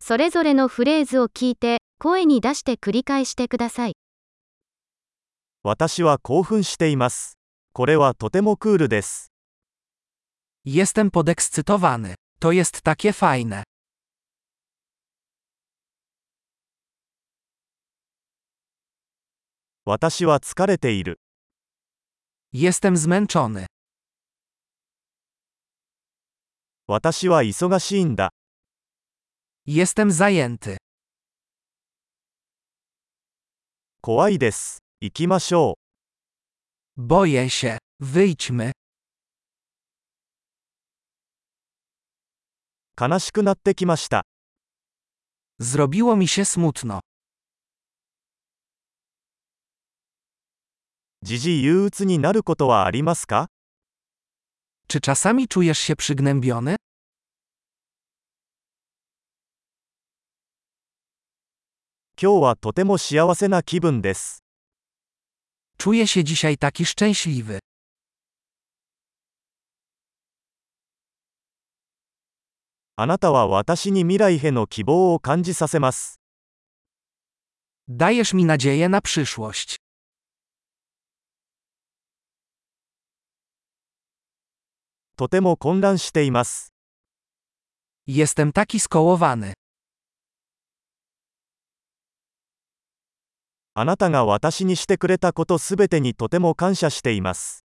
それぞれのフレーズを聞いて、声に出して繰り返してください。私は興奮しています。これはとてもクールです。 Jestem podekscytowany. To jest takie fajne. 私は疲れている。 Jestem zmęczony. 私は忙しいんだ。 Jestem zajęty. 怖いです。行きましょ Boję się. Wyjdźmy. う。悲しくなってきました。 Zrobiło mi się smutno. 時々憂鬱になることはありますか Czy czasami czujesz się przygnębiony? 今日はとても幸せな気分です。 Czuję się dzisiaj taki szczęśliwy. あなたは私に未来への希望を感じさせます。 Dajesz mi nadzieję na przyszłość. とても混乱しています。 Jestem taki skołowany. あなたが私にしてくれたことすべてにとても感謝しています。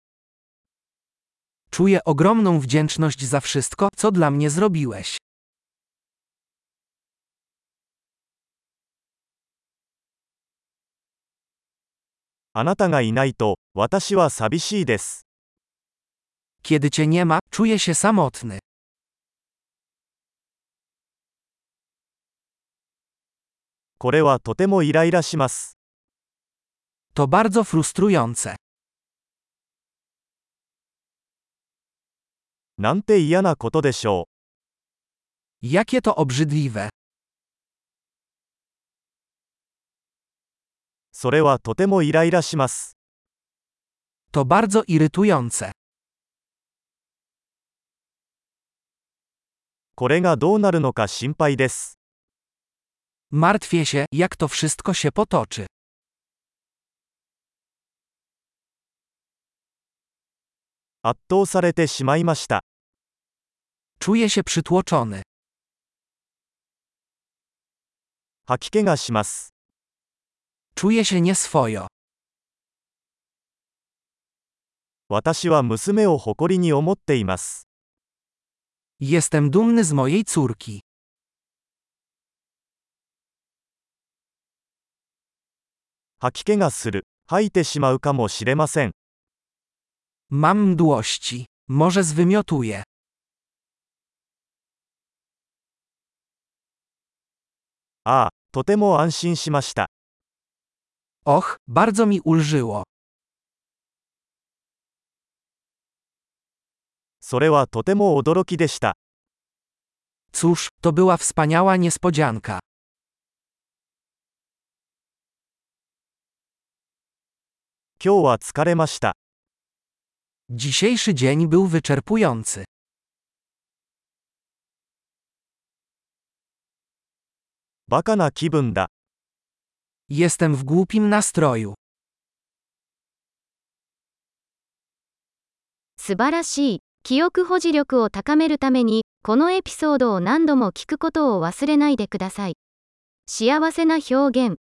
Czuję ogromną wdzięczność za wszystko, co dla mnie zrobiłeś. あなたがいないと、私は寂しいです。 Kiedy cię nie ma, czuję się samotny. これはとてもイライラします。 To bardzo frustrujące. なんて嫌なことでしょう。 Jakie to obrzydliwe. それはとてもイライラします。 To bardzo irytujące. これがどうなるのか心配です。 Martwię się, jak to wszystko się potoczy. 圧倒されてしまいました。 Czuję się przytłoczony. 吐き気がします。 Czuję się nieswojo. 私は娘を誇りに思っています。 Jestem dumny z mojej córki. 吐き気がする。吐いてしまうかもしれません。 Mam mdłości. Może zwymiotuję. ああ、とても安心しました。 Och, bardzo mi ulżyło. それはとても驚きでした。 Cóż, to była wspaniała niespodzianka. 今日は疲れました。 Dzisiejszy dzień był wyczerpujący. バカな気分だ。 Jestem w głupim nastroju. 素晴らしい。記憶保持力を高めるために、このエピソードを何度も聞くことを忘れないでください。幸せな表現、